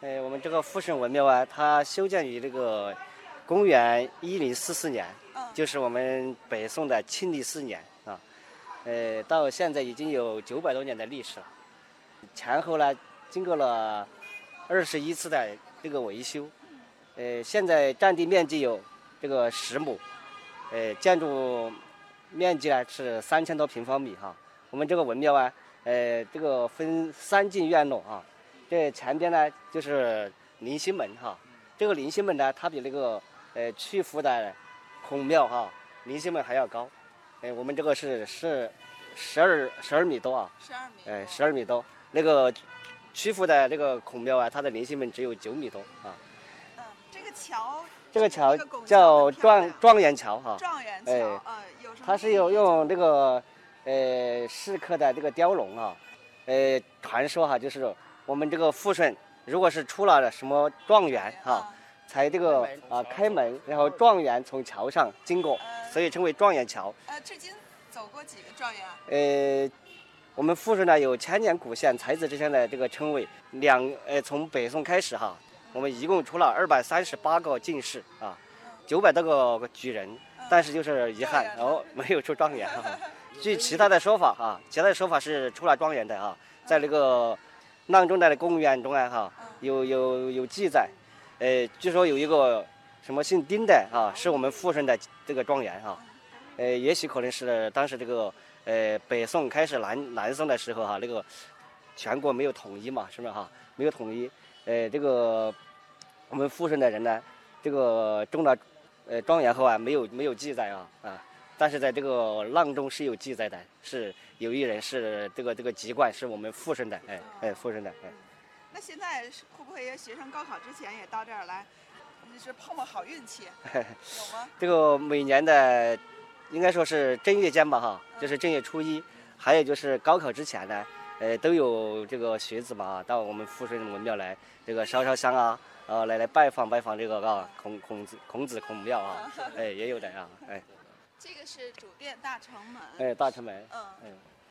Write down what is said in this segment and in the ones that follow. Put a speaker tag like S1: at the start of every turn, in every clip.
S1: 呃，我们这个复审文庙啊，它修建于这个公元一零四四年，
S2: 嗯
S1: 就是我们北宋的庆历四年啊。呃，到现在已经有九百多年的历史了，前后呢经过了二十一次的这个维修，呃，现在占地面积有这个十亩，呃，建筑面积呢是三千多平方米哈。我们这个文庙啊，呃，这个分三进院落啊，这前边呢就是棂星门哈，这个棂星门呢，它比那个呃曲阜的孔庙哈棂星门还要高，哎、我们这个是是十二十二米多啊，
S2: 十二米，
S1: 哎、1十二米多，那个曲阜的那个孔庙啊，它的棂星门只有九米多啊。
S2: 嗯，这个桥，
S1: 这个桥
S2: 这个拱
S1: 叫
S2: 很漂
S1: 状
S2: 亮
S1: 状元桥哈，
S2: 状元桥，
S1: 哎
S2: 呃，有什么？
S1: 它是有用这个呃石刻的这个雕龙啊，呃，传说哈、就是我们这个富顺如果是出了什么状元哈、
S2: 啊，
S1: 才这个
S3: 开门
S1: 啊开门，然后状元从桥上经
S3: 呃
S1: 过，所以称为状元桥。
S2: 呃，至今走过几个状元啊？
S1: 呃，我们富顺呢有千年古县才子之乡的这个称谓，两呃从北宋开始哈，我们一共出了二百三十八个进士啊，九百多个举人，
S2: 嗯
S1: 但是就是遗憾，
S2: 状元
S1: 然后没有出状元哈。据其他的说法啊，其他的说法是出了状元的啊，在那个阆中的公园中啊哈，有有有记载，呃，据说有一个什么姓丁的啊，是我们富顺的这个状元哈、呃，也许可能是当时这个呃北宋开始南南宋的时候哈、那个全国没有统一嘛，是不是哈、没有统一，呃，这个我们富顺的人呢，这个中了呃状元后啊，没有没有记载啊啊，但是在这个阆中是有记载的，是有一人是这个这个籍贯是我们富顺的，哎哎富顺的哎。
S2: 那现在是会不会学生高考之前也到这儿来，就是碰碰好运气，有吗？
S1: 这个每年的，应该说是正月间吧，哈，就是正月初一，还有就是高考之前呢，呃，都有这个学子嘛啊，到我们富顺文庙来，这个烧烧香啊，啊，来来拜访拜访这个啊孔孔子孔子孔庙啊，哎，也有的啊，哎，
S2: 这个是主殿大城门，
S1: 哎，大城门，
S2: 嗯，
S1: 哎，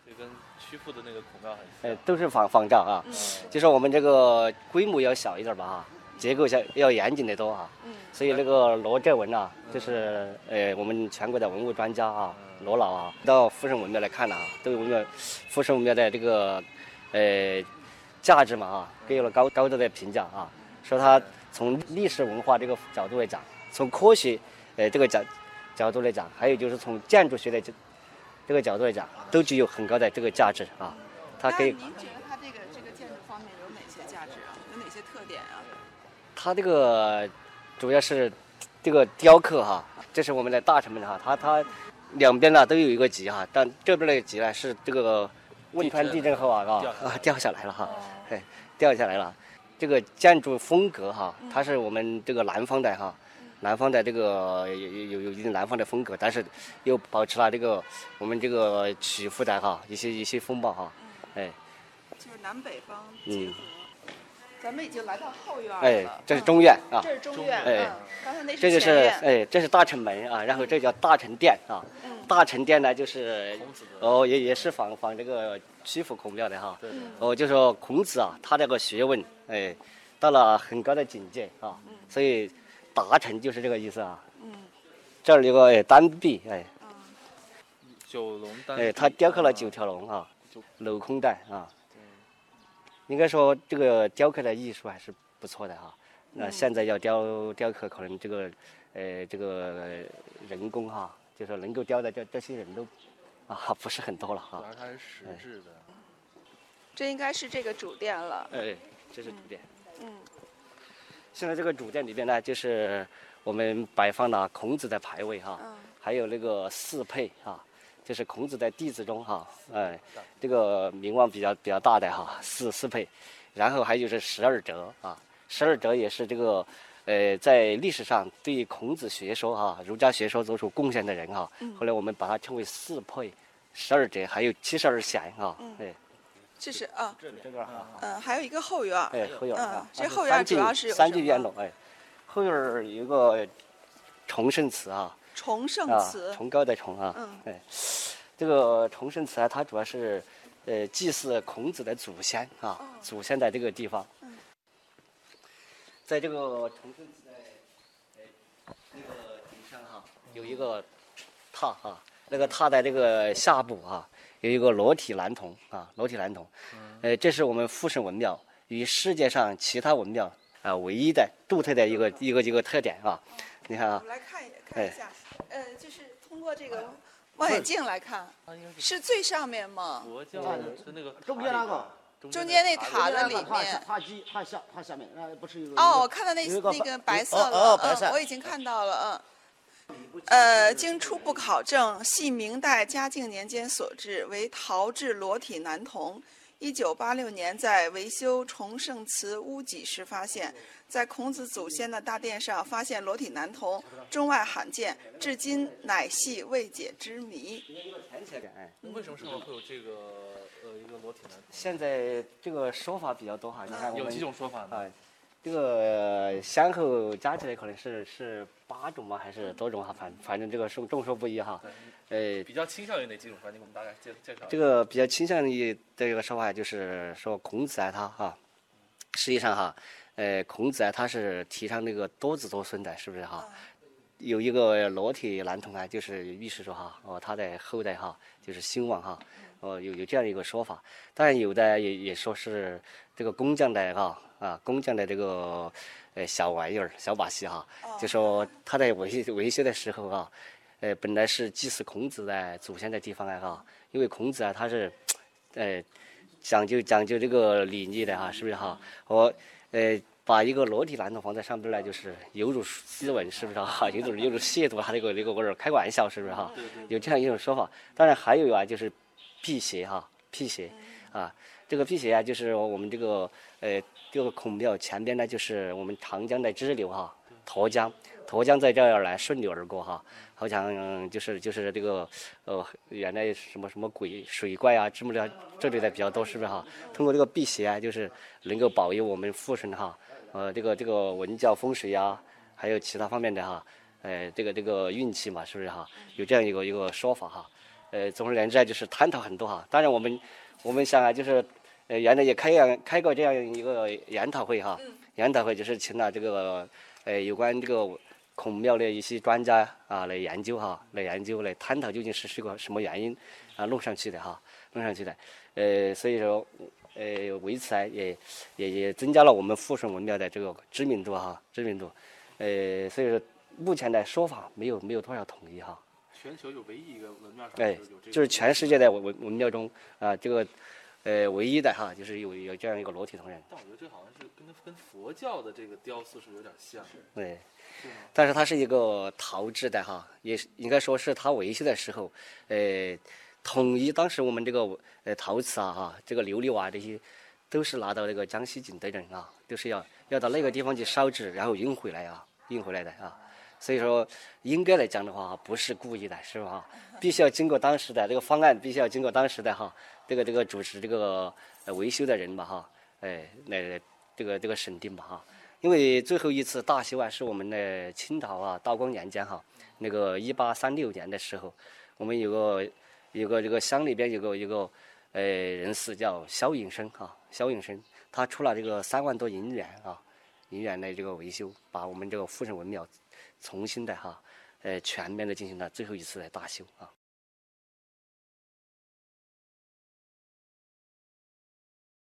S3: 这跟曲阜的那个孔庙很像。
S1: 哎，都是仿仿照啊，
S2: 嗯
S1: 就说我们这个规模要小一点吧哈，结构要要严谨的多啊。
S2: 嗯，
S1: 所以那个罗振文呐、啊就是呃我们全国的文物专家啊，罗老啊，到富顺文庙来看了啊，对文庙富顺文庙的这个呃价值嘛啊，给予了高高度的评价啊，说它从历史文化这个角度来讲，从科学呃这个角角度来讲，还有就是从建筑学的这这个角度来讲，都具有很高的这个价值啊，它
S2: 那
S1: 可以。
S2: 您觉得它这个这个建筑方面有哪些价值啊？有哪些特点啊？
S1: 它这个主要是这个雕刻哈，这是我们的大城门哈，它它两边呢都有一个级哈，但这边那个级呢是这个汶川地震后啊啊
S3: 掉下来
S1: 啊掉下来了哈，嘿，掉下来了。这个建筑风格哈，它是我们这个南方的哈，南方的这个有有有一定南方的风格，但是又保持了这个我们这个曲阜的哈一些一些风貌哈，哎
S2: 就是南北方结合。咱们已经来到后院
S1: 嗯哎
S2: 了，，
S1: 这是
S2: 嗯
S1: 中院啊，
S2: 这是中院，
S1: 哎
S2: 嗯，刚才那
S1: 这就是
S2: 前院，
S1: 哎，这是大城门啊，然后这叫大城殿啊。
S2: 嗯
S1: 大城殿呢，就是
S3: 孔子的
S1: 哦，也也是仿仿这个曲阜孔庙的哈。
S3: 对对
S1: 哦，就说孔子啊，他这个学问哎，到了很高的境界啊，所以达成就是这个意思啊。
S2: 嗯
S1: 这儿有个哎单臂哎
S2: 嗯，
S3: 九龙丹。
S1: 哎，他雕刻了九条龙啊
S3: 九，
S1: 镂空带啊。应该说这个雕刻的艺术还是不错的哈、啊那现在要雕雕刻，可能这个呃这个人工哈、就说能够雕的这这些人都啊不是很多了哈、
S3: 主要它是实质的。
S2: 这应该是这个主殿了，
S1: 哎，这是主殿。
S2: 嗯
S1: 现在这个主殿里边呢，就是我们摆放了孔子的牌位啊哈、
S2: 嗯
S1: 还有那个四配哈、就是孔子的弟子中哈、哎，这个名望比较比较大的哈、四四配，然后还有是十二哲啊，十二哲也是这个。呃，在历史上对孔子学说哈、儒家学说做出贡献的人哈、
S2: 嗯
S1: 后来我们把它称为四配、十二哲，还有七十二贤啊，
S2: 嗯
S1: 哎，
S2: 这是啊，
S1: 这个啊，
S2: 嗯，还有一个后院，
S1: 哎，后院儿啊
S2: 嗯，这后院儿主要是有
S1: 三
S2: 什
S1: 进
S2: 么
S1: 院落，哎，后院儿有一个崇圣祠啊，
S2: 崇圣
S1: 啊
S2: 祠，，
S1: 崇高的崇啊，
S2: 嗯
S1: 哎，这个崇圣祠啊，它主要是呃祭祀孔子的祖先啊，祖先在这个地方，在这个重庆时代，呃，那个景山哈，有一个榻哈、那个榻的这个下部哈、有一个裸体男童啊，裸体男童，
S4: 嗯
S1: 呃，这是我们富士文庙与世界上其他文庙啊、唯一的独特的一个一个一个特点啊。你看
S2: 我
S1: 啊
S2: 们，来看一看一下，呃，就是通过这个望远镜来看，
S3: 它应该是
S2: 是最上面吗？
S3: 佛教的，是那个塔
S4: 哎中间那个
S3: 里
S2: 中间那
S3: 里
S2: 塔的里
S4: 塔下
S2: 面。
S4: 塔基塔下塔下面那不是有一个
S2: 哦，我看到那
S4: 有一个
S2: 那
S4: 白
S2: 个白色
S4: 哦
S2: 了，
S4: 哦白
S2: 嗯，
S4: 色
S2: 我已经看到了，嗯。呃，经初步考证，系明代嘉靖年间所制，为陶制裸体男童。一九八六年在维修崇圣祠屋脊时发现，在孔子祖先的大殿上发现裸体男童，中外罕见，至今乃系未解之谜。
S1: 哎，
S3: 为什么上面会有这个呃一个裸体男
S1: 现在这个说法比较多哈，你看
S3: 童？
S1: 我
S3: 有
S1: 们
S3: 几种说法呢？
S1: 啊，这个先后加起来可能是是八种吗？还是多种哈？反反正这个众众说不一哈。呃，
S3: 比较倾向于哪几种观点？你给我们大概介介绍一下。
S1: 这个比较倾向于这个说法，就是说孔子啊，他哈，实际上哈，呃，孔子啊，他是提倡那个多子多孙的，是不是哈？有一个裸体男童啊，就是预示说哈，哦，他的后代哈，就是兴旺哈，哦，有有这样一个说法。当然，有的也也说是这个工匠的哈啊，工匠的这个呃小玩意儿、小把戏哈，就说他在维维修的时候啊，呃，本来是祭祀孔子的祖先的地方啊哈，因为孔子啊他是，呃，讲究讲究这个礼仪的哈、是不是哈、我呃把一个裸体男童放在上边来，就是有辱斯文，是不是哈、 有种有种亵渎他啊这个这个味儿，开玩笑是不是哈、有这样一种说法。当然还有啊，就是辟邪哈、辟邪啊，这个辟邪啊，就是我们这个呃这个孔庙前边呢，就是我们长江的支流哈、沱江，沱江在这儿来顺流而过哈，好像嗯就是就是这个呃原来什么什么鬼水怪啊之类的这类的比较多，是不是哈？通过这个辟邪啊，就是能够保佑我们富顺哈，呃这个这个文教风水啊，还有其他方面的哈，呃这个这个运气嘛，是不是哈？有这样一个一个说法哈，呃总而言之啊，就是探讨很多哈。当然我们我们想啊，就是呃原来也开样开过这样一个研讨会哈，研讨会就是请了这个。呃，有关这个孔庙的一些专家啊来研究哈，来研究来探讨究竟是是个什么原因啊弄上去的哈，弄上去的。呃，所以说，呃，为此啊也也也增加了我们富顺文庙的这个知名度哈，知名度。呃，所以说目前的说法没有没有多少统一哈。
S3: 全球有唯一一个文庙上
S1: 哎
S3: 有这，个
S1: 就是全世界的文文文庙中啊，这个呃唯一的哈，就是有有这样一个裸体铜人。
S3: 但我觉得这好像是跟跟佛教的这个雕塑是有点像，
S1: 对
S3: 吗，
S1: 但是它是一个陶制的哈，也是应该说是它维修的时候，呃，统一当时我们这个呃陶瓷啊哈，这个琉璃瓦这些，都是拿到那个江西景德镇啊，都是要要到那个地方去烧制，然后运回来啊，运回来的啊。所以说，应该来讲的话，不是故意的，是吧？必须要经过当时的这个方案，必须要经过当时的哈，这个这个主持这个呃维修的人吧哈，哎，来来这个这个审定吧哈。因为最后一次大修啊，是我们的清朝啊道光年间哈，那个一八三六年的时候，我们有个有个这个乡里边有个有个呃人士叫萧颖生哈、萧颖生他出了这个三万多银元啊，银元的这个维修，把我们这个富顺文庙重新的哈、呃全面的进行了最后一次的大修啊。